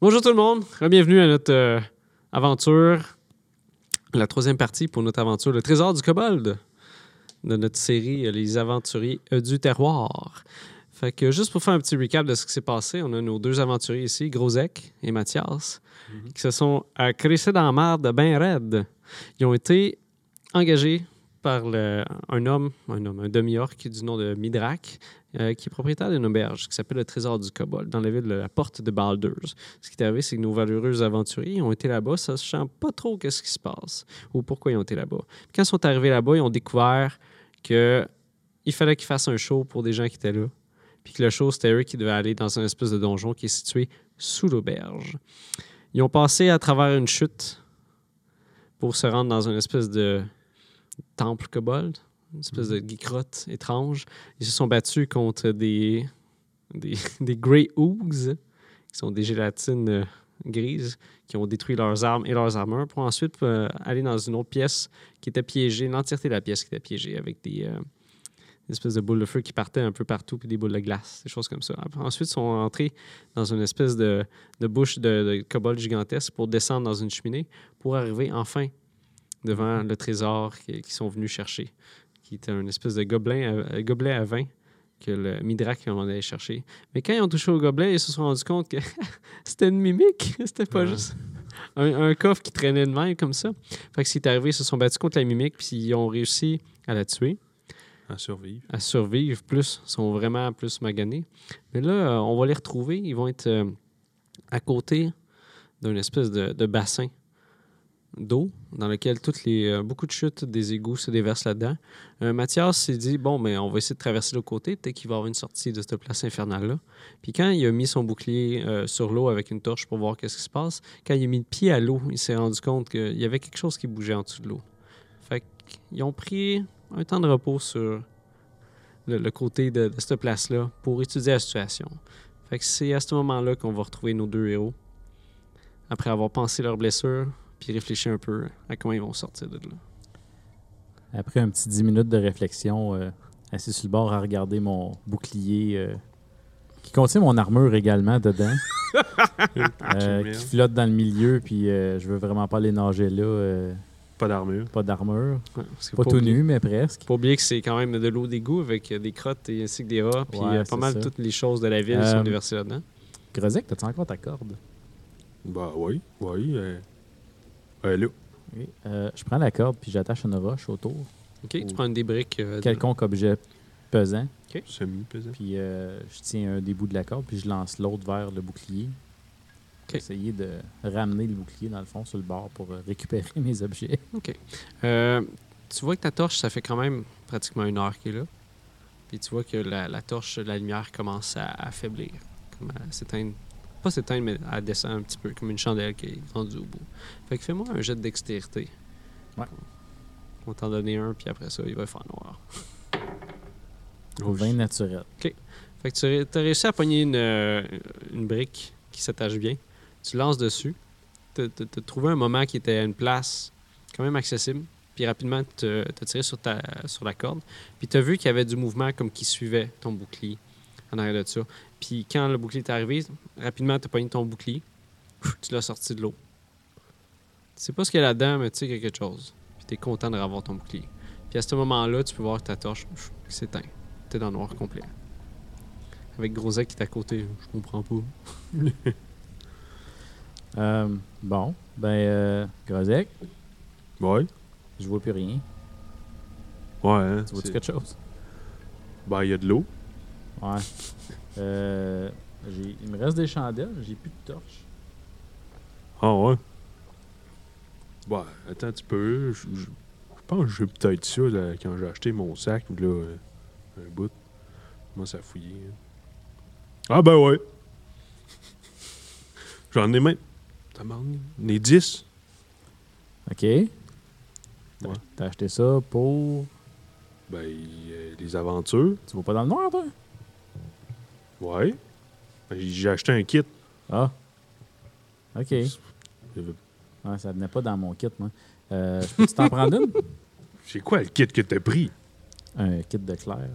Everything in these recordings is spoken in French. Bonjour tout le monde, bienvenue à notre euh, aventure, la troisième partie pour notre aventure, le trésor du kobold de notre série euh, Les aventuriers euh, du terroir. Fait que juste pour faire un petit recap de ce qui s'est passé, on a nos deux aventuriers ici, Grosek et Mathias, qui se sont euh, crissés dans la marde bien raide. Ils ont été engagés par le- un homme, un homme, un demi-orc du nom de Midrak, euh, qui est propriétaire d'une auberge qui s'appelle le Trésor du Kobold, dans la ville de la Porte de Baldur's. Ce qui est arrivé, c'est que nos valeureux aventuriers ont été là-bas, sachant pas trop qu'est-ce qui se passe ou pourquoi ils ont été là-bas. Puis Quand ils sont arrivés là-bas, ils ont découvert que il fallait qu'ils fassent un show pour des gens qui étaient là. Puis que le show, c'était eux qui devaient aller dans un espèce de donjon qui est situé sous l'auberge. Ils ont passé à travers une chute pour se rendre dans une espèce de temple kobold, une espèce de grotte étrange. Ils se sont battus contre des, des, des Grey Oogs, qui sont des gélatines euh, grises, qui ont détruit leurs armes et leurs armures, pour ensuite euh, aller dans une autre pièce qui était piégée, l'entièreté de la pièce qui était piégée, avec des, euh, des espèces de boules de feu qui partaient un peu partout, puis des boules de glace, des choses comme ça. Après, ensuite, ils sont entrés dans une espèce de, de bouche de, de kobold gigantesque pour descendre dans une cheminée, pour arriver enfin devant le trésor qui- qu'ils sont venus chercher, qui était un espèce de gobelin à- euh, gobelet à vin que le Midrak lui a demandé d'aller chercher. Mais quand ils ont touché au gobelet, ils se sont rendus compte que c'était une mimique, c'était pas Ouais. juste un, un coffre qui traînait de main comme ça. Fait que ce qui est arrivé, ils se sont battus contre la mimique, puis ils ont réussi à la tuer à survivre. à survivre plus, sont vraiment plus maganés. Mais là, euh, on va les retrouver. Ils vont être euh, à côté d'une espèce de, de bassin d'eau dans lequel toutes les, euh, beaucoup de chutes des égouts se déversent là-dedans. Euh, Mathias s'est dit, bon, mais on va essayer de traverser l'autre côté. Peut-être qu'il va y avoir une sortie de cette place infernale-là. Puis quand il a mis son bouclier euh, sur l'eau avec une torche pour voir qu'est-ce qui se passe, quand il a mis le pied à l'eau, il s'est rendu compte qu'il y avait quelque chose qui bougeait en dessous de l'eau. Fait qu'ils ont pris un temps de repos sur le, le côté de, de cette place-là pour étudier la situation. Fait que c'est à ce moment-là qu'on va retrouver nos deux héros. Après avoir pensé leurs blessures, puis réfléchi un peu à comment ils vont sortir de là. Après un petit 10 minutes de réflexion, euh, assis sur le bord à regarder mon bouclier euh, qui contient mon armure également dedans, Ah, euh, Jim Hill. qui flotte dans le milieu, puis euh, je veux vraiment pas les nager là, euh, Pas d'armure. pas d'armure. Ouais, parce que Pas faut tout oublier- nu, mais presque. Faut oublier que c'est quand même de l'eau d'égout avec euh, des crottes et ainsi que des rats, puis Ouais, euh, pas c'est mal ça. toutes les choses de la ville sont Euh, déversées là-dedans. Grosek, t'as-tu encore ta corde? Bah oui, oui. Euh... euh, là. Oui. Euh, je prends la corde, puis j'attache une roche autour, Ok, tu prends des briques. euh, de- quelconque objet pesant, Semi-pesant. puis euh, je tiens un des bouts de la corde, puis je lance l'autre vers le bouclier. Ok. Pour Essayer de ramener le bouclier dans le fond sur le bord pour euh, récupérer mes objets. Euh, tu vois que ta torche, ça fait quand même pratiquement une heure qu'elle est là. Puis tu vois que la, la torche, la lumière commence à affaiblir, comme à s'éteindre. Pas s'éteindre, mais à descendre un petit peu, comme une chandelle qui est rendue au bout. Fait que fais-moi un jet de dextérité. Ouais. On va t'en donner un, puis après ça, il va faire noir. Oh, Rouge. Vin naturel. Fait que tu ré- t'as réussi à pogner une, euh, une brique qui s'attache bien. Tu lances dessus. T'as t'as- t'as trouvé un moment qui était à une place quand même accessible. Puis rapidement, t'as t'as tiré sur, ta, sur la corde. Puis t'as vu qu'il y avait du mouvement comme qui suivait ton bouclier en arrière de ça. Puis quand le bouclier est arrivé, rapidement, t'as pogné ton bouclier. Ouf, Tu l'as sorti de l'eau. Tu sais pas ce qu'il y a là-dedans, mais tu sais qu'il y a quelque chose. Puis t'es content de revoir ton bouclier. Puis à ce moment-là, tu peux voir que ta torche ouf, s'éteint. T'es dans le noir complet. Avec Groset qui est à côté, je comprends pas. Euh, bon, ben, euh, Grosek, Ouais. je vois plus rien. Bah Ouais. hein, Tu vois-tu c'est- quelque chose? Bah, il y a de l'eau. Ouais. Euh, j'ai- il me reste des chandelles, j'ai plus de torches. Ah ouais. Bah, attends un petit peu. Je je- je pense que j'ai peut-être ça là, quand j'ai acheté mon sac. Là, euh, un bout. Je commence à fouiller. hein. Ah ben ouais. J'en ai même. T'as marre, J'en ai 10. Ok. T'as Ouais. t'as acheté ça pour. Ben, euh, les aventures. Tu vas pas dans le noir, toi? Ouais. Ben, j'ai acheté un kit. Ah. Ok. J'avais- Ouais, ça venait pas dans mon kit, moi. Euh, je peux-tu t'en prendre une? C'est quoi le kit que t'as pris? Un kit de clair.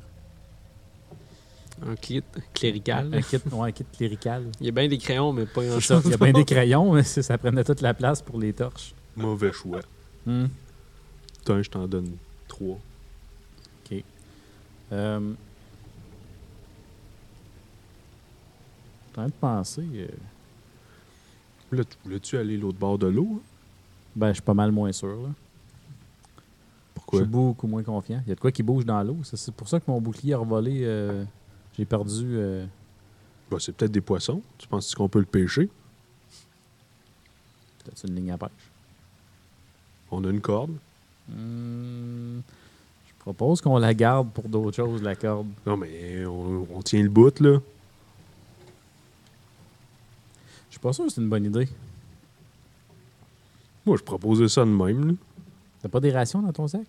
Un kit clérical. Un kit, ouais, un kit clérical. Il y a bien des crayons, mais pas C'est grand ça. chose. Il y a bien des crayons, mais ça ça prenait toute la place pour les torches. Mauvais choix. Hmm. Putain, je t'en donne trois. Euh... Je suis en train de penser. euh, Là, tu- voulais-tu aller l'autre bord de l'eau? hein? Ben, je suis pas mal moins sûr. Là. Pourquoi? Je suis beaucoup moins confiant. Il y a de quoi qui bouge dans l'eau. ça, C'est pour ça que mon bouclier a revolé. euh, J'ai perdu. euh, Bah, c'est peut-être des poissons. Tu penses qu'on peut le pêcher? T'as-tu une ligne à pêche? On a une corde. Hmm, Je propose qu'on la garde pour d'autres choses, la corde. Non, mais on, on tient le bout, là. Je suis pas sûr que c'est une bonne idée. Moi, je proposais ça de même, là. T'as pas des rations dans ton sac?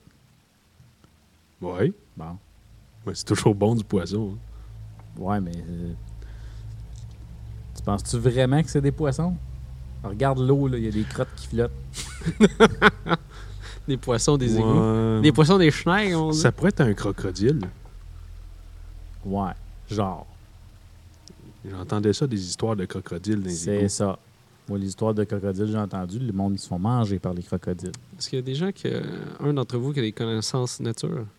Ouais. Bon. Ouais, c'est toujours bon du poisson. hein. Ouais, mais. euh, Tu penses-tu vraiment que c'est des poissons? Alors, regarde l'eau, là, il y a des crottes qui flottent. Des poissons, des égouts. Ouais. Des poissons, des chenilles, on dit. Ça pourrait être un crocodile. Ouais, genre. J'entendais ça, des histoires de crocodiles dans les C'est égouts. ça. Moi, l'histoire de crocodile, j'ai entendu, le monde, ils se font manger par les crocodiles. Est-ce qu'il y a des gens, que, un d'entre vous qui a des connaissances nature?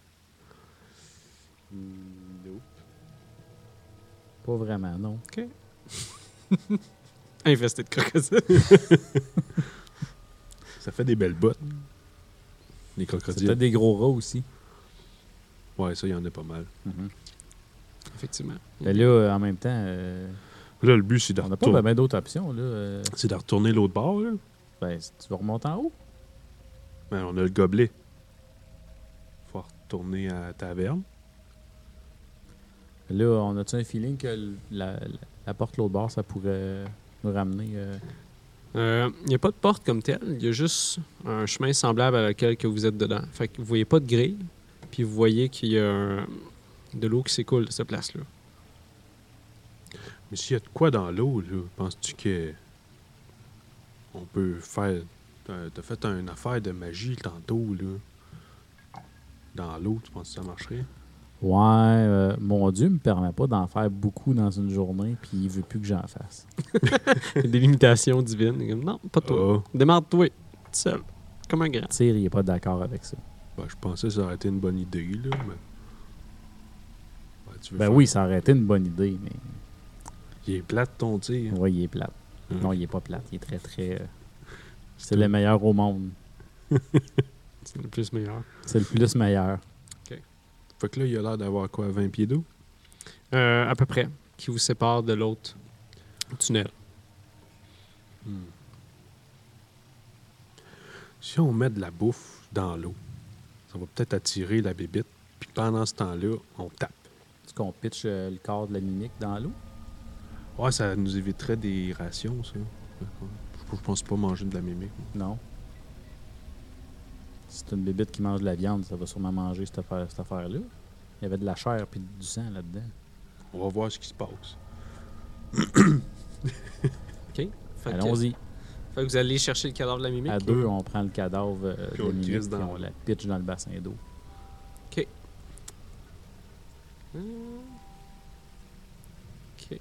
Pas vraiment, non. Infesté de crocodiles. Ça fait des belles bottes. Les C'est peut-être crocodiles. des gros rats aussi. Ouais, ça, il y en a pas mal. Effectivement. Mais là, euh, en même temps, euh, Là, le but, c'est de on n'a pas retourner, vraiment d'autres options. Là. euh, c'est de retourner l'autre bord, là. ben, si tu vas remonter en haut. Ben, on a le gobelet. Faut retourner à la taverne. Là, on a-tu un feeling que l- la, la- la porte l'autre bord, ça pourrait nous ramener. euh, Euh, Il n'y a pas de porte comme telle, il y a juste un chemin semblable à laquelle que vous êtes dedans. Fait que vous voyez pas de grille, puis vous voyez qu'il y a euh, de l'eau qui s'écoule de cette place-là. Mais s'il y a de quoi dans l'eau, là, penses-tu que on peut faire. T'as t'as fait une affaire de magie tantôt, là. Dans l'eau, tu penses que ça marcherait? Ouais, euh, mon Dieu me permet pas d'en faire beaucoup dans une journée, puis il veut plus que j'en fasse. Il y a des limitations divines. Comme, Non, pas toi. Ah, Démarre-toi, tout seul, comme un grand. Tyr, il est pas d'accord avec ça. ben, je pensais que ça aurait été une bonne idée, là, mais. Ben, tu veux Ben faire- oui, ça aurait été une bonne idée, mais Il est plat ton tir. ouais, il est plate. Hum. Non, il est pas plate, il est très très. euh, C'est le meilleur au monde. C'est le plus meilleur. C'est le plus meilleur. Fait que là, il a l'air d'avoir quoi, 20 pieds d'eau? Euh, à peu près, qui vous sépare de l'autre tunnel. Hmm. Si on met de la bouffe dans l'eau, ça va peut-être attirer la bébite. Puis pendant ce temps-là, on tape. Est-ce qu'on pitch euh, le corps de la mimique dans l'eau? Ouais, ça nous éviterait des rations, ça. Je je pense pas manger de la mimique. Non. Si c'est une bébite qui mange de la viande, ça va sûrement manger cette affaire- cette affaire-là. il y avait de la chair puis du sang là-dedans. On va voir ce qui se passe. Fait que, Allons-y. fait que vous allez chercher le cadavre de la mimique. À deux, on prend le cadavre euh, Puis de on le mimique, crisse dans puis on l'eau. la pitch dans le bassin d'eau. Ok.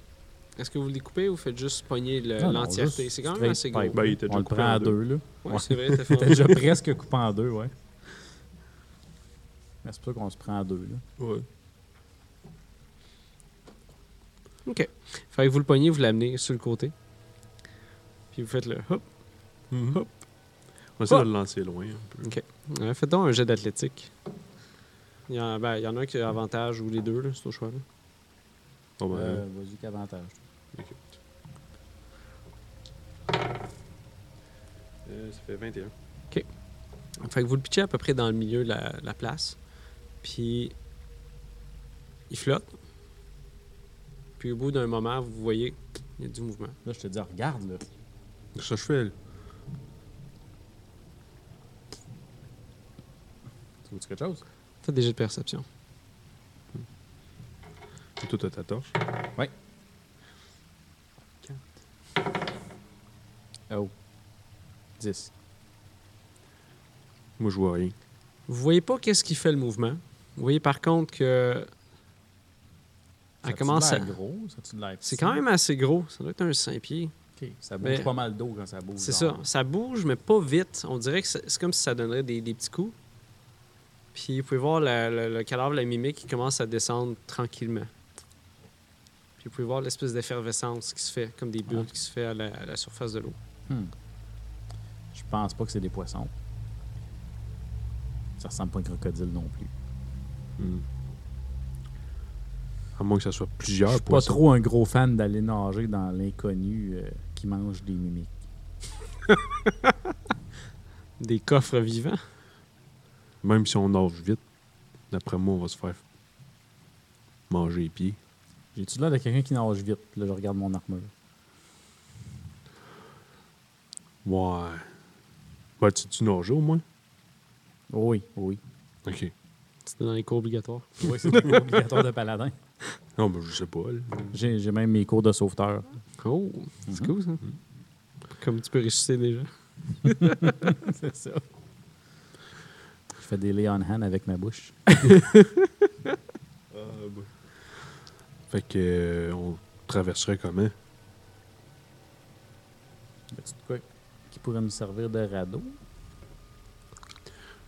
Est-ce que vous le découpez ou vous faites juste pogner le- Non, non, l'entièreté? juste C'est quand même straight assez gros. pipe. Ben, il était on déjà le coupé prend en à deux. deux, là. Ouais, Ouais. c'est vrai, t'as T'es fait déjà presque coupé en deux, ouais. Mais Ben, c'est pour ça qu'on se prend à deux, là. Ouais. Fait que vous le pognez, vous l'amenez sur le côté. Puis vous faites le hop. Hop. Mm-hmm. On va essayer de le lancer loin un peu. Ok. Euh, faites donc un jet d'athlétique. Il y, en, ben, il y en a un qui a avantage ou les deux, là, c'est au choix. là. Bon, ben, Euh, Vas-y, qu'avantage. euh, ça fait 21. Fait que vous le pitchez à peu près dans le milieu de la, la place. Puis il flotte. Puis au bout d'un moment, vous voyez, il y a du mouvement. Là, je te dis, regarde, là. Ça, je fais. Tu veux-tu quelque chose? Faites des jets de perception. C'est tout à ta torche. Oh. 10. Moi, je vois rien. Vous voyez pas qu'est-ce qui fait le mouvement. Vous voyez par contre que Elle commence à... C'est quand même assez gros. Ça doit être un 5 pieds. Ça bouge bouge Mais- pas pas mal d'eau quand ça bouge. C'est ça. Ça bouge, mais pas vite. On dirait que c'est c'est comme si ça donnerait des, des petits coups. Puis vous pouvez voir la- la- le cadavre de la mimique qui commence à descendre tranquillement. Puis vous pouvez voir l'espèce d'effervescence qui se fait, comme des bulles Ouais. qui se fait à la, à la surface de l'eau. Je pense pas que c'est des poissons. Ça ressemble pas à un crocodile non plus. Hmm. À moins que ça soit Je plusieurs suis pas poissons. trop un gros fan d'aller nager dans l'inconnu euh, qui mange des mimiques. Des coffres vivants. Même si on nage vite, d'après moi, on va se faire manger les pieds. J'ai-tu l'air de quelqu'un qui nage vite? Puis Là, je regarde mon armure. Ouais. Ouais, tu, tu nages au moins? Oui, oui. OK. C'était dans les cours obligatoires. Oui, c'est obligatoire de paladin. Non, ben, je sais pas. là. J'ai j'ai même mes cours de sauveteur. Oh, c'est cool ça. Comme tu peux ressusciter des gens. c'est ça. Je fais des lay on hand avec ma bouche. Fait que euh, on traverserait comment? Qui pourrait nous servir de radeau?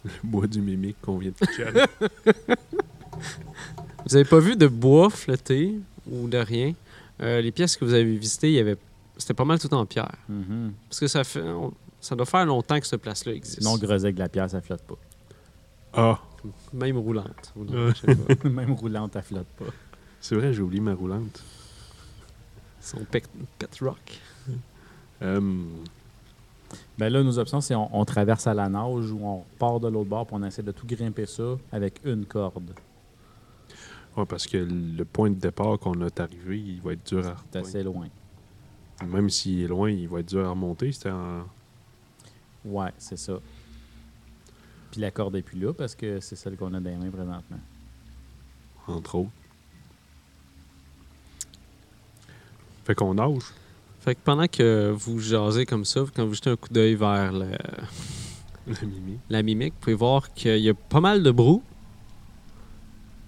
Le bois du mimique qu'on vient de pitcher. Vous avez pas vu de bois flotter ou de rien. Euh, les pièces que vous avez visitées, il y avait... c'était pas mal tout en pierre. Mhm. Parce que ça fait. on- ça doit faire longtemps que cette place-là existe. Sinon, Grosec de la pierre, ça flotte pas. ah! Même roulante. roulante, Ouais. je sais pas. Même roulante, elle flotte pas. C'est vrai, j'ai oublié ma roulante. Son pet, pet rock. Hum, Ben là, nos options, c'est on, on traverse à la nage ou on part de l'autre bord puis on essaie de tout grimper ça avec une corde. ouais, parce que le point de départ qu'on a arrivé, il va être dur à C'est assez remonter. loin. Même s'il est loin, il va être dur à remonter. C'était en... Ouais, c'est ça. Puis la corde est plus là parce que c'est celle qu'on a dans les mains présentement. entre autres. Fait qu'on nage. Fait que pendant que vous jasez comme ça, quand vous jetez un coup d'œil vers le- Le mimi. la mimique, vous pouvez voir qu'il y a pas mal de brou.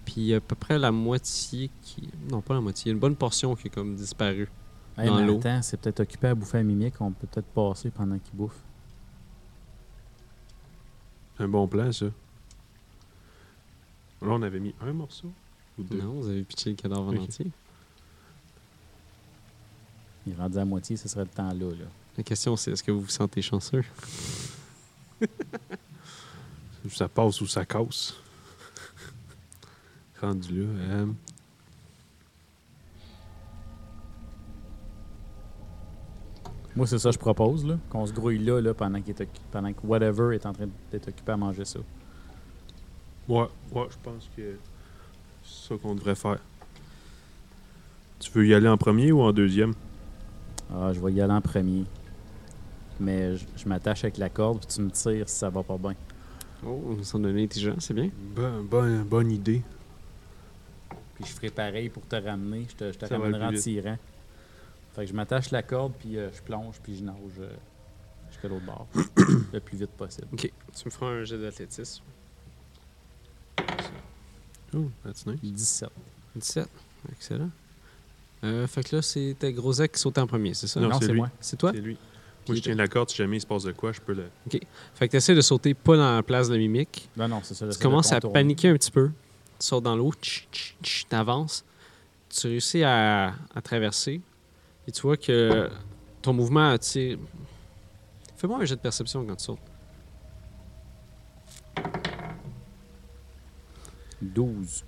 Puis il y a à peu près la moitié qui. Non, pas la moitié. Une bonne portion qui est comme disparue. Hey, Dans mais l'eau. attends, c'est peut-être occupé à bouffer à mimique, on peut peut-être passer pendant qu'il bouffe. Un bon plan, ça. Là, on avait mis un morceau ou deux. Non, vous avez pitché le cadavre en Ok. entier. Il est rendu à moitié, ce serait le temps là. là. La question, c'est est-ce que vous vous sentez chanceux Ça passe ou ça casse. Rendu là. euh, Moi, c'est ça que je propose, là, qu'on se grouille là, là pendant, qu'il est occu- pendant que whatever est en train d'être occupé à manger ça. Ouais, ouais, je pense que c'est ça qu'on devrait faire. Tu veux y aller en premier ou en deuxième? Ah, je vais y aller en premier. Mais je, je m'attache avec la corde, puis tu me tires si ça va pas bien. Oh, vous en donnez intelligent, c'est bien. Ben, ben- bonne idée. Puis je ferai pareil pour te ramener. Je te, je te Ça va ramènerai en plus vite. tirant. Fait que je m'attache la corde, puis euh, je plonge, puis je nage euh, jusqu'à l'autre bord. le plus vite possible. Ok, tu me feras un jet d'athlétisme. Oh, that's nice. 17. 17. Excellent. Euh, fait que là, c'était Grosec qui saute en premier, c'est ça? Non, c'est lui. moi. C'est toi? C'est lui. Qui Moi, je est- tiens la corde. Si jamais il se passe de quoi, je peux le. Fait que t'essaies de sauter pas dans la place de la mimique. Non, non, c'est ça. Tu commences à paniquer un petit peu. Tu sautes dans l'eau, tch, tch, tch, t'avances. Tu réussis à, à traverser. Et tu vois que ton mouvement attire. Fais-moi un jet de perception quand tu sautes. 12.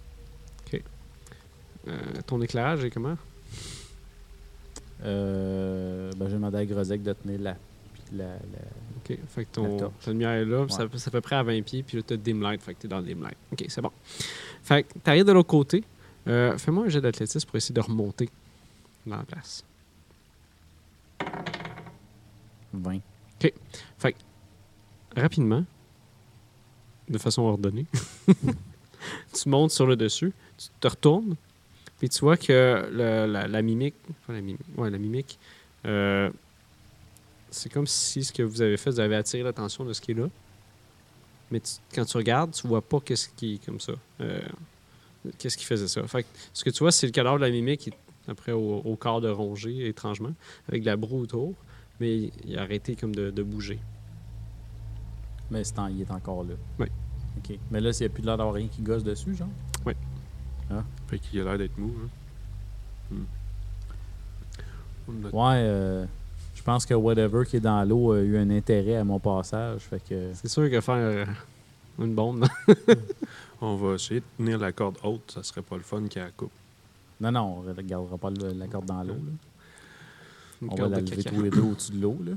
Euh, ton éclairage est comment? Euh, ben, j'ai demandé à Grosek de tenir la. la, la- Ok, fait que La ton, torche. ta lumière est là, puis ça, ça fait près à 20 pieds, puis là, t'as dim light, fait que t'es dans le dim light. Ok, c'est bon. Fait que t'arrives de l'autre côté. Euh, Fais-moi un jet d'athlétisme pour essayer de remonter dans la place. 20. rapidement, de façon ordonnée. tu montes sur le dessus, tu te retournes, puis tu vois que le- la, la mimique, pas la mimique, ouais, la mimique, euh, c'est comme si ce que vous avez fait, vous avez attiré l'attention de ce qui est là. Mais tu- quand tu regardes, tu vois pas qu'est-ce qui est comme ça. Euh, Qu'est-ce qui faisait ça? Fait que, ce que tu vois, c'est le cadavre de la mimique qui est après au, au corps de rongé, étrangement, avec de la broue autour, mais il a arrêté comme de, de bouger. Mais c'est en- il est encore là. Oui. OK. Mais là, s'il n'y a plus de l'air d'avoir rien qui gosse dessus, genre. Fait qu'il a l'air d'être mou. Hein. Hmm. On a- Ouais, euh, je pense que whatever qui est dans l'eau a eu un intérêt à mon passage. Fait que. C'est sûr que faire euh, une bombe, On va essayer de tenir la corde haute, ça serait pas le fun qu'il y ait la coupe. Non, non, on ne regardera pas le- la corde dans l'eau. là. une On va corde la de lever caca. tous les deux au-dessus de l'eau. là.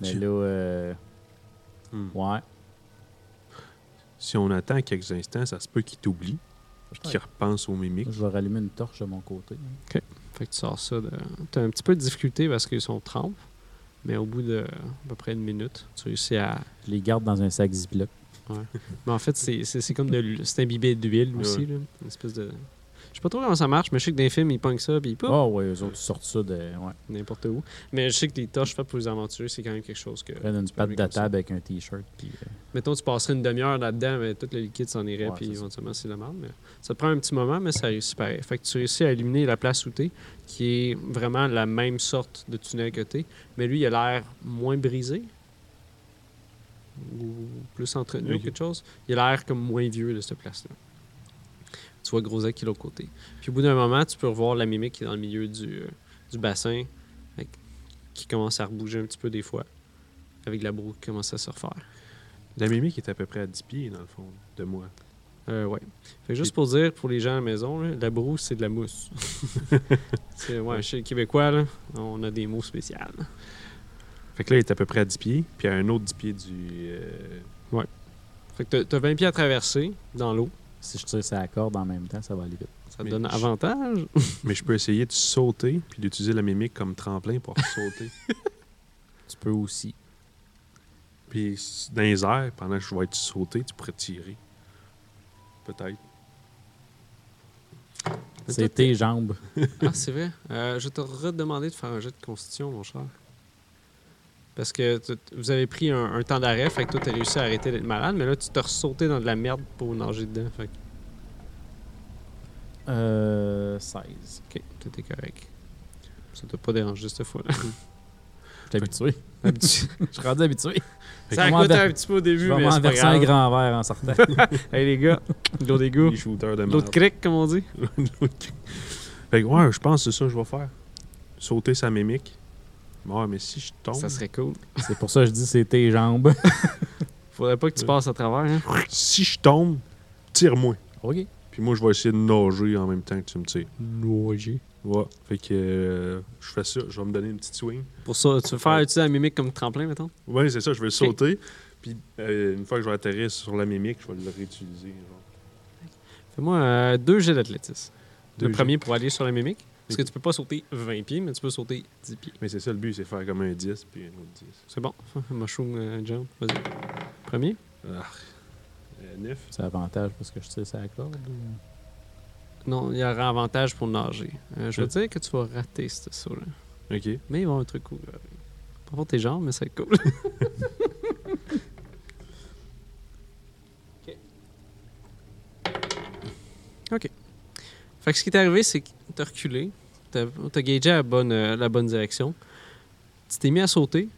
Mais Tu- là, euh, Hmm. ouais. Si on attend quelques instants, ça se peut qu'il t'oublie, puis qu'il repense aux mimiques. Je vais rallumer une torche de mon côté. hein. Fait que tu sors ça. De... Tu as un petit peu de difficulté parce qu'ils sont trempes, mais au bout de à peu près une minute, tu réussis à. Je les garde dans un sac Ziploc. Mais en fait, c'est- c'est c'est comme de l'hu- c'est imbibé d'huile aussi. Ouais. Là. Une espèce de. Je sais pas trop comment ça marche, mais je sais que dans les films, ils pognent ça puis ils pouf, Ah ouais, eux autres ils sortent ça de. Ouais. n'importe où. Mais je sais que les torches faites pour les aventuriers, c'est quand même quelque chose que. Ils prennent une peux patte aller de comme ça. table avec un t-shirt. puis, euh, Mettons, tu passerais une demi-heure là-dedans, mais tout le liquide s'en irait, Ouais, puis c'est ça. éventuellement, c'est de la merde. Mais ça te prend un petit moment, mais ça réussit pareil. Fait que tu réussis à illuminer la place où t'es, qui est vraiment la même sorte de tunnel que t'es, mais lui, il a l'air moins brisé, ou plus entretenu, ou Ok. quelque chose. Il a l'air comme moins vieux de cette place-là. Tu vois Grosac qui est de l'autre côté. Puis au bout d'un moment, tu peux revoir la mimique qui est dans le milieu du, euh, du bassin, avec- qui commence à rebouger un petit peu des fois, avec la broue qui commence à se refaire. La mimique est à peu près à 10 pieds, dans le fond, de moi. Euh, ouais. Fait que juste pour dire, pour les gens à la maison, là, la broue, c'est de la mousse. c'est, ouais, chez les Québécois, là, on a des mots spéciales. Fait que là, il est à peu près à 10 pieds, puis à un autre 10 pieds du. euh, Fait que t'as- t'as 20 pieds à traverser dans l'eau. Si je tire sa corde en même temps, ça va aller vite. Ça te Mais donne je- avantage. Mais je peux essayer de sauter, puis d'utiliser la mimique comme tremplin pour sauter. Tu peux aussi. Puis s- dans les airs, pendant que je vais être sauté, tu pourrais tirer. Peut-être. Mais C'est toi, tes jambes. Ah, c'est vrai. Euh, je vais te redemander de faire un jet de constitution, mon cher. Parce que tu- tu- vous avez pris un, un temps d'arrêt, fait que toi, t'as réussi à arrêter d'être malade, mais là, tu t'es ressauté dans de la merde pour nager dedans. Fait que, Euh, 16. ok, t'étais correct. Ça t'a pas dérangé cette fois-là. Je suis habitué. Habitué. Je suis rendu habitué. Ça Comment coûte de- un petit peu au Je début, vais mais en c'est pas verser un grave. grand verre en sortant. Hey les gars, de l'eau d'égout, Les shooters de de l'eau de merde. cric comme on dit. Fait que ouais, je pense que c'est ça que je vais faire. Sauter sa mimique. Ouais, mais si je tombe. Ça serait cool. C'est pour ça que je dis c'est tes jambes. Faudrait pas que tu passes à travers. Hein. Si je tombe, tire-moi. OK. Puis moi, je vais essayer de nager en même temps que tu me tires. Ouais. Fait que euh, je fais ça. Je vais me donner une petite swing. Pour ça, tu veux faire utiliser la mimique comme tremplin mettons. Ouais, c'est ça. Je vais sauter. Puis euh, une fois que je vais atterrir sur la mimique, je vais le réutiliser. genre. Fais-moi euh, deux jets d'athlétisme. Deux Le jets. premier pour aller sur la mimique. Parce que Ok. tu peux pas sauter 20 pieds, mais tu peux sauter 10 pieds. Mais c'est ça le but, c'est faire comme un 10 puis un autre 10. C'est bon. Mushroom euh, jump, vas-y. Premier. Ah. Euh, 9. C'est avantage parce que je tire sa corde. ou- Non, il y aura avantage pour nager. Euh, je veux Ok. dire que tu vas rater ce saut-là. Ok. Mais il va y avoir un truc cool. euh, Pas pour tes jambes, mais ça va être cool. OK. OK. Fait que ce qui est arrivé, c'est que t'as reculé. T'as t'as gagé la bonne, euh, la bonne direction. Tu t'es mis à sauter.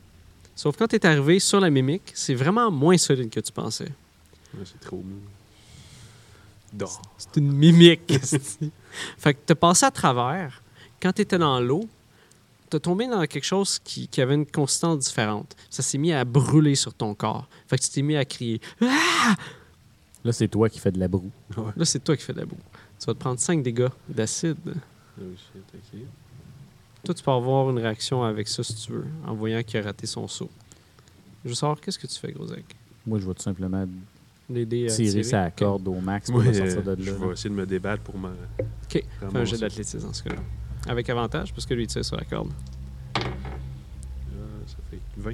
Sauf quand t'es arrivé sur la mimique, c'est vraiment moins solide que tu pensais. Ouais, c'est trop mou. Dors. C'est une mimique. esti. fait que t'as passé à travers. Quand t'étais dans l'eau, t'as tombé dans quelque chose qui, qui avait une constante différente. Ça s'est mis à brûler sur ton corps. Fait que tu t'es mis à crier. Là, c'est toi qui fais de la broue. Ouais. Là, c'est toi qui fais de la boue. Tu vas te prendre 5 dégâts d'acide. Oh shit, ok. Toi, tu peux avoir une réaction avec ça si tu veux, en voyant qu'il a raté son saut. Je veux savoir, qu'est-ce que tu fais, Grosek? Moi, je vais tout simplement L'aider à tirer tirer. sa corde au max pour Moi, la euh, sortir de je là. vais essayer de me débattre pour me. OK. Fais un ramasser. jet d'athlétisme dans ce cas-là. Avec avantage, parce que lui, il tire sur la corde. Ah, ça fait 20.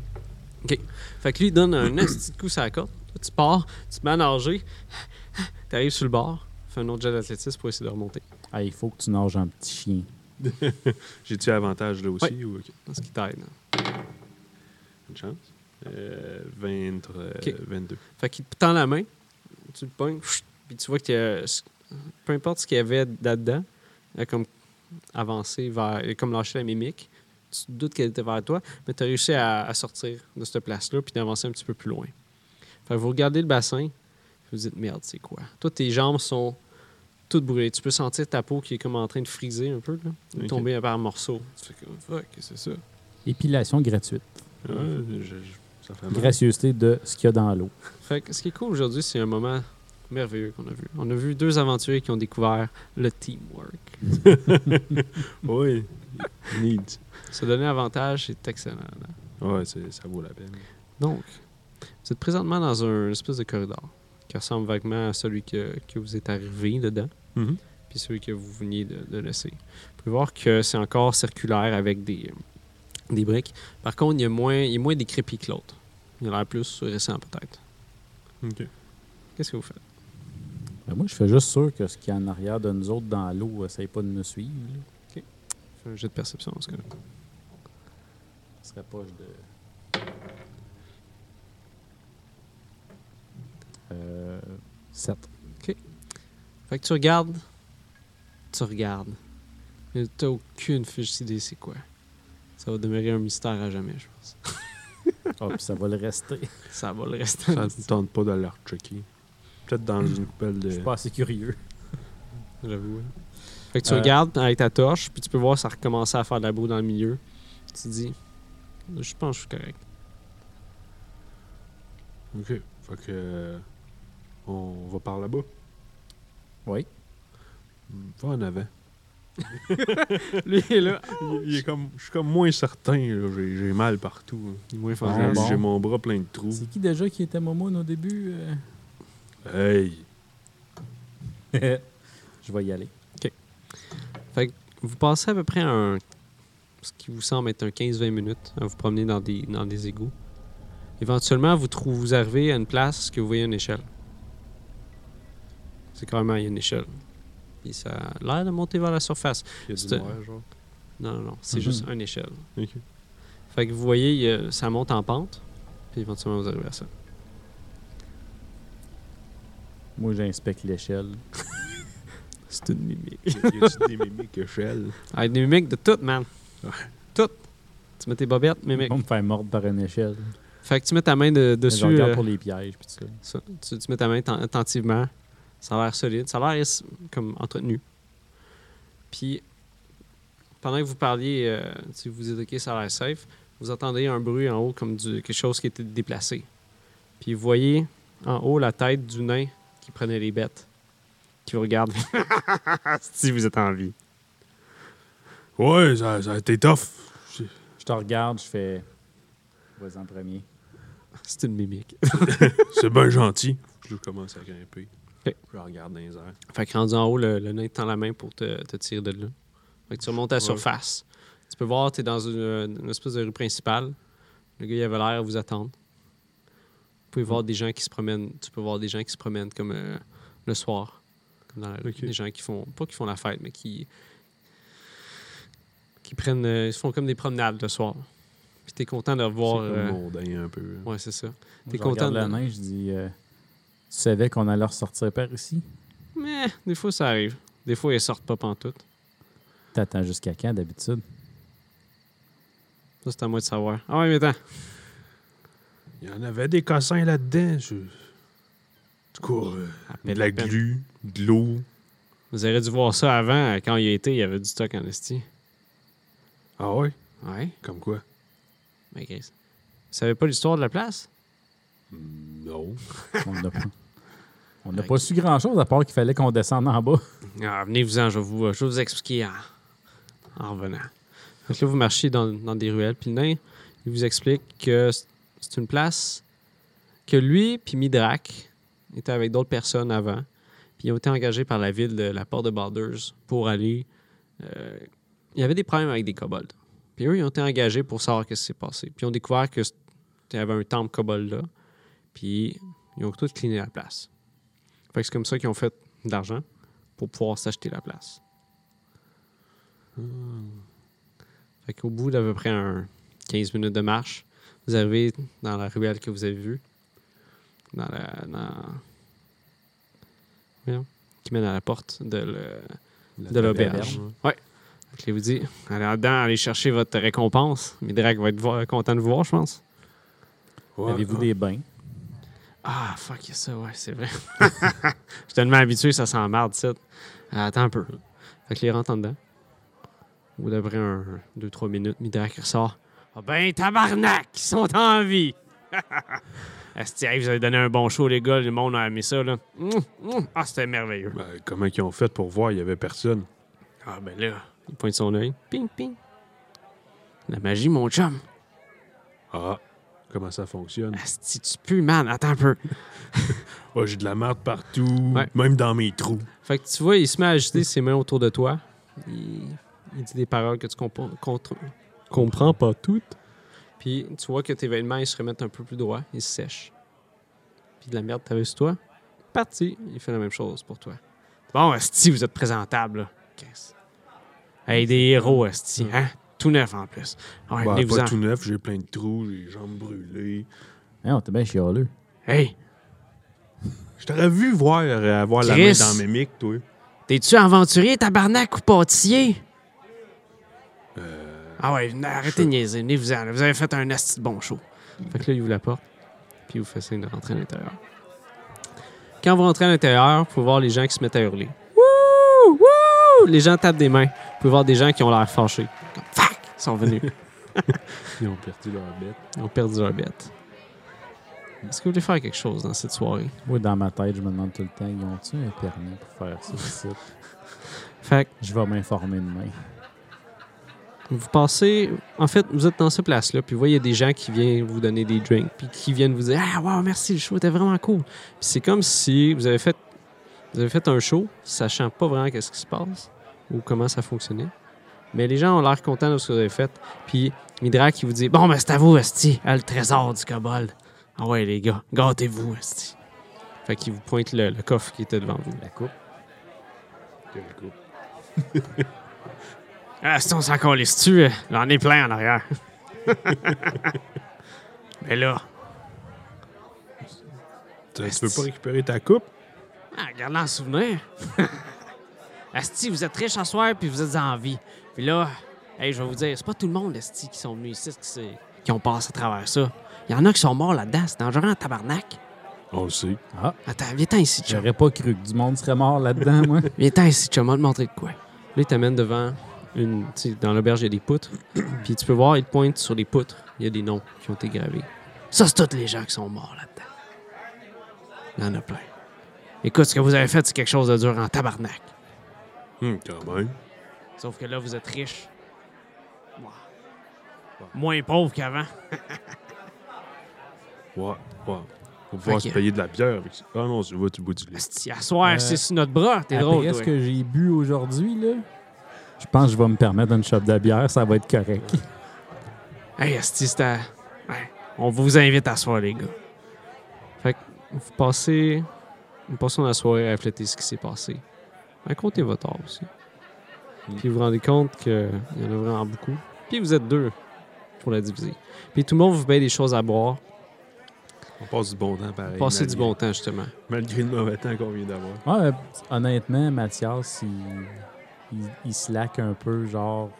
Fait que lui, il donne un petit coup sur la corde. Toi, Tu pars, tu te mets à nager, t'arrives sur le bord, fais un autre jet d'athlétisme pour essayer de remonter. Ah, il faut que tu nages en petit chien. J'ai-tu avantage là aussi ou ok? C'est Ce qui t'aide. hein. une chance? Euh, 20, euh, Ok. 22. Fait qu'il te tend la main, tu le pognes, pfft, puis tu vois que euh, peu importe ce qu'il y avait là-dedans, elle a comme avancé vers. elle a comme lâché la mimique. Tu te doutes qu'elle était vers toi, mais tu as réussi à, à sortir de cette place-là puis d'avancer un petit peu plus loin. Fait que vous regardez le bassin, vous dites merde, c'est quoi? Toi, tes jambes sont toutes brûlées. Tu peux sentir ta peau qui est comme en train de friser un peu, là, ou Ok. tomber par morceaux. Tu fais comme fuck, c'est ça. Épilation gratuite. Ah, je- je- ça fait mal. Gracieuseté de ce qu'il y a dans l'eau. Fait que ce qui est cool aujourd'hui, c'est un moment merveilleux qu'on a vu. On a vu deux aventuriers qui ont découvert le teamwork. Oui. Needs. Se donner avantage, c'est excellent. là. Ouais, c'est- ça vaut la peine. Donc, vous êtes présentement dans un espèce de corridor qui ressemble vaguement à celui que, que vous êtes arrivé dedans, puis celui que vous veniez de, de laisser. Vous pouvez voir que c'est encore circulaire avec des, euh, des briques. Par contre, il, y a moins, il est moins décrépit que l'autre. Il a l'air plus récent peut-être. Ok. Qu'est-ce que vous faites? Ben, moi, je fais juste sûr que ce qu'il y a en arrière de nous autres dans l'eau essaye pas de nous suivre. là. Je fais un jet de perception. Parce que... Ce serait poche de. Euh, 7. Fait que tu regardes, tu regardes. Mais t'as aucune fiche idée c'est quoi. Ça va demeurer un mystère à jamais, je pense. Ah, puis ça va le rester. Ça va le rester. Ça ne tente pas d'aller rechecker. Peut-être dans une poubelle Je de. suis pas assez curieux. J'avoue. hein. Fait que tu Euh, regardes avec ta torche, puis tu peux voir ça recommencer à faire de la boue dans le milieu. Tu te dis, je pense que je suis correct. Ok. Fait que. euh, On va par là-bas. Oui. Hmm, Va en avant. Lui il est là. Il- il est comme, je suis comme moins certain. là. J'ai j'ai mal partout. hein. Il est moins J'ai fort. Ah, bon. j'ai mon bras plein de trous. C'est qui déjà qui était Momoun au début? euh? Hey! euh? je vais y aller. Vous passez à peu près un. ce qui vous semble être un 15-20 minutes à vous promener dans des, dans des égouts. Éventuellement, vous, trouvez, vous arrivez à une place que vous voyez une échelle. C'est carrément il y a une échelle. Puis ça a l'air de monter vers la surface. Il y a C'était- du noir, genre. Non, non, non, c'est Mhm. juste une échelle. Ok. Fait que vous voyez, il y a- ça monte en pente. Puis éventuellement, vous arrivez à ça. Moi, j'inspecte l'échelle. C'est une mimique. Il y a- il y a-tu des mimiques échelles? Ah, une mimique de tout, man. Ouais. Tout. Tu mets tes bobettes, Ils mimique. vont me faire mordre par une échelle. Fait que tu mets ta main de- Je dessus. regarde euh, pour les pièges. Puis tout Ça, ça. tu, tu mets ta main ten- attentivement. Ça a l'air solide. Ça a l'air s- comme entretenu. Puis, pendant que vous parliez, euh, si vous dites OK, ça a l'air safe, vous entendez un bruit en haut comme du, quelque chose qui était déplacé. Puis vous voyez en haut la tête du nain qui prenait les bêtes, qui vous regarde. si vous êtes en vie. Ouais, ça, ça a été tough. Je te regarde, je fais. Vas-y en premier. C'est une mimique. C'est bien gentil. Je commence à grimper. Ok. Je regarde dans les airs. Fait que rendu en haut, le, le nain te tend la main pour te, te tirer de là. Fait que tu remontes à la Ouais. surface. Tu peux voir, tu es dans une, une espèce de rue principale. Le gars, il avait l'air à vous attendre. Vous pouvez Mm. voir des gens qui se promènent. Tu peux voir des gens qui se promènent comme euh, le soir. Comme dans la rue. Ok. Des gens qui font, pas qui font la fête, mais qui. qui prennent. euh, ils se font comme des promenades le soir. Puis t'es content de revoir. c'est comme euh, mondain un peu. ouais, c'est ça. T'es Je content regarde de- la main, je dis. euh, tu savais qu'on allait ressortir par ici? Mais des fois, ça arrive. Des fois, ils sortent pas pantoute. T'attends jusqu'à quand d'habitude? Ça, c'est à moi de savoir. Ah ouais, mais attends. Il y en avait des cossins là-dedans. Je... Du coup, euh, de la glu, de l'eau. Vous auriez dû voir ça avant. euh, Quand il y a été, il y avait du stock en esti. Ah ouais? Ouais, Comme quoi? mais Chris. Vous savez pas l'histoire de la place? Hmm, Non. On n'a pas. On n'a Ok. pas su grand-chose à part qu'il fallait qu'on descende en bas. Ah, venez-vous-en, je vais vous, je vais vous expliquer en, en revenant. Fait que là, vous marchez dans, dans des ruelles, puis le nain, il vous explique que c- c'est une place que lui puis Midrak étaient avec d'autres personnes avant, puis ils ont été engagés par la ville de la Porte de Borders pour aller... euh, il y avait des problèmes avec des kobolds. Puis eux, ils ont été engagés pour savoir ce qui s'est passé. Puis ils ont découvert que c- qu'il y avait un temple kobold là, puis ils ont tout cleané la place. Fait que c'est comme ça qu'ils ont fait de l'argent pour pouvoir s'acheter la place. Ah. Fait qu'au bout d'à peu près un 15 minutes de marche, vous arrivez dans la ruelle que vous avez vue. Dans la. Dans... Voyons. qui mène à la porte de le- La de l'auberge. taverne, Ouais. Fait que Je vous dis, allez en dedans, allez chercher votre récompense. Midrak va être vo- content de vous voir, je pense. ouais. Ouais, Avez-vous ah, des bains? Ah, fuck, y a ça, ouais, c'est vrai. Je suis tellement habitué, ça sent marde, ça. Ah, Attends un peu. Fait que les rentre en dedans. Au bout d'après un, deux, trois minutes, Midrak ressort. Ah ben, tabarnak, ils sont en vie! Asti, hey, vous avez donné un bon show, les gars, le monde a aimé ça, là. Mmh, mmh. Ah, c'était merveilleux. ben, comment ils ont fait pour voir? Il n'y avait personne. Ah ben là. Il pointe son œil. Ping, ping. La magie, mon chum. Ah, comment ça fonctionne? Asti, tu pues, man. Attends un peu. Oh, j'ai de la merde partout, Ouais. même dans mes trous. Fait que tu vois, il se met à agiter ses mains autour de toi. Il, il dit des paroles que tu compre- contre- comprends pas toutes. Puis tu vois que tes vêtements, ils se remettent un peu plus droits. Ils se sèchent. Puis de la merde, t'avais sur toi. Parti. Il fait la même chose pour toi. Bon, Asti, vous êtes présentable, là. Chris. Hey, des héros, Asti, hein? Tout neuf en plus. Ouais, Ben, venez-vous-en. Mm. pas tout neuf, j'ai plein de trous, j'ai les jambes brûlées. Ah, on t'es bien chialeux. Hey, Je t'aurais vu voir euh, avoir la main Chris. dans mes mics, toi. T'es-tu aventurier, tabarnak ou pâtissier? Ah ouais, venez, arrêtez de niaiser, venez vous en, là. Vous avez fait un asti de bon show. Fait que là, il ouvre la porte, puis il vous fait signe de rentrer à l'intérieur. Quand vous rentrez à l'intérieur, vous pouvez voir les gens qui se mettent à hurler. Wouh! Wouh! Les gens tapent des mains. Vous pouvez voir des gens qui ont l'air fâchés. Comme, fuck! Ils sont venus. Ils ont perdu leur bête. Ils ont perdu leur bête. Est-ce que vous voulez faire quelque chose dans cette soirée? Moi, dans ma tête, je me demande tout le temps, ils ont-tu un permis pour faire ça ici? Fait que Je vais m'informer demain. Vous passez, en fait, vous êtes dans cette place-là, puis vous voyez des gens qui viennent vous donner des drinks, puis qui viennent vous dire Ah, wow, merci, le show était vraiment cool. Puis c'est comme si vous avez fait, vous avez fait un show, sachant pas vraiment qu'est-ce qui se passe ou comment ça fonctionnait. Mais les gens ont l'air contents de ce que vous avez fait. Puis Midra qui vous dit Bon, ben, c'est à vous, Esti, Ah, le trésor du kobold. Ah ouais, les gars, gâtez-vous, Esti. Fait qu'il vous pointe le, le coffre qui était devant vous. La coupe. Quel coup. Ah, si on s'en calisse-tu, euh, j'en ai plein en arrière. Mais là, Tu tu Esti. peux pas récupérer ta coupe? ah, regarde en souvenir. Asti, vous êtes riche en soir puis vous êtes en vie. Puis là, hey, je vais vous dire, c'est pas tout le monde, Asti, qui sont venus ici, qui, s'est- qui ont passé à travers ça. Il y en a qui sont morts là-dedans, c'est dangereux en tabarnak. On le sait. Ah, Attends, viens-t'en ici, chum. j'aurais pas cru que du monde serait mort là-dedans, moi. Viens-t'en ici, chum, on va te montrer de quoi. Là, il t'amène devant une. Tu sais, dans l'auberge, il y a des poutres. Puis tu peux voir, il te pointe sur les poutres. Il y a des noms qui ont été gravés. Ça, c'est tous les gens qui sont morts là-dedans. Il y en a plein. Écoute, ce que vous avez fait, c'est quelque chose de dur en tabarnak. Hum, quand même. Sauf que là, vous êtes riche. Moins pauvre qu'avant. Ouais, ouais. On va pouvoir Fait se que- payer de la bière avec ça. Ah non, tu vois, tu bois du lait. Asti, à soir, Euh, c'est sur notre bras. T'es Après drôle, ce toi. que j'ai bu aujourd'hui, là, je pense que je vais me permettre une chope de bière, ça va être correct. Hey, Asti, c'est à- Ouais. On vous invite à soir, les gars. Fait que vous passez une portion de la soirée à refléter ce qui s'est passé. Racontez votre art aussi. Puis vous vous rendez compte qu'il y en a vraiment beaucoup. Puis vous êtes deux pour la diviser. Puis tout le monde vous paye des choses à boire. On passe du bon temps pareil. Passez malgré- du bon temps, justement. Malgré le mauvais temps qu'on vient d'avoir. Ouais, euh, honnêtement, Mathias, il, il, il slack un peu, genre,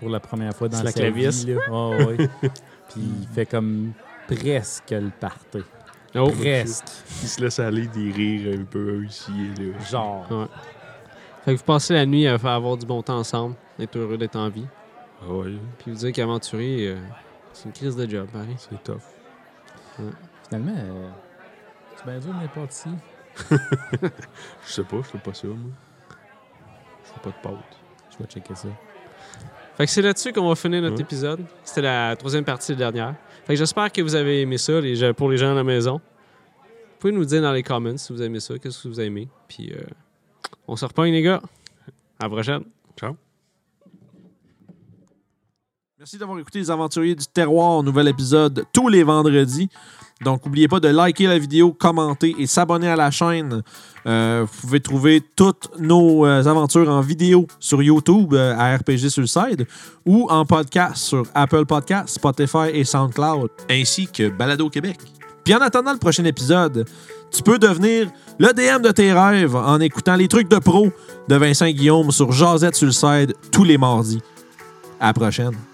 pour la première fois dans Slack sa la vie. vis. Là. Ouais, ouais. Puis il fait comme presque le party. Oh. presque. Il se laisse aller des rires un peu ici et là. Genre. Fait que vous passez la nuit à faire- avoir du bon temps ensemble, être heureux d'être en vie. Ah ouais, Puis vous dire qu'aventurier, euh, c'est une crise de job, hein. pareil. c'est tough. Finalement, euh, c'est bien dur n'importe ici. Je sais pas, je fais pas ça, moi. Je fais pas de pâtes. Je vais checker ça. Fait que c'est là-dessus qu'on va finir notre Ouais. épisode. C'était la troisième partie de la dernière. Fait que j'espère que vous avez aimé ça les gens- pour les gens à la maison. Vous pouvez nous dire dans les comments si vous aimez ça, qu'est-ce que vous aimez. Puis euh, on se repogne, les gars. À la prochaine. Ciao. Merci d'avoir écouté Les Aventuriers du Terroir, nouvel épisode tous les vendredis. Donc, n'oubliez pas de liker la vidéo, commenter et s'abonner à la chaîne. Euh, vous pouvez trouver toutes nos euh, aventures en vidéo sur YouTube euh, à RPG Suicide ou en podcast sur Apple Podcasts, Spotify et SoundCloud, ainsi que Balado Québec. Puis en attendant le prochain épisode, tu peux devenir le DM de tes rêves en écoutant les trucs de pro de Vincent Guillaume sur Jazette sur le side tous les mardis. À la prochaine.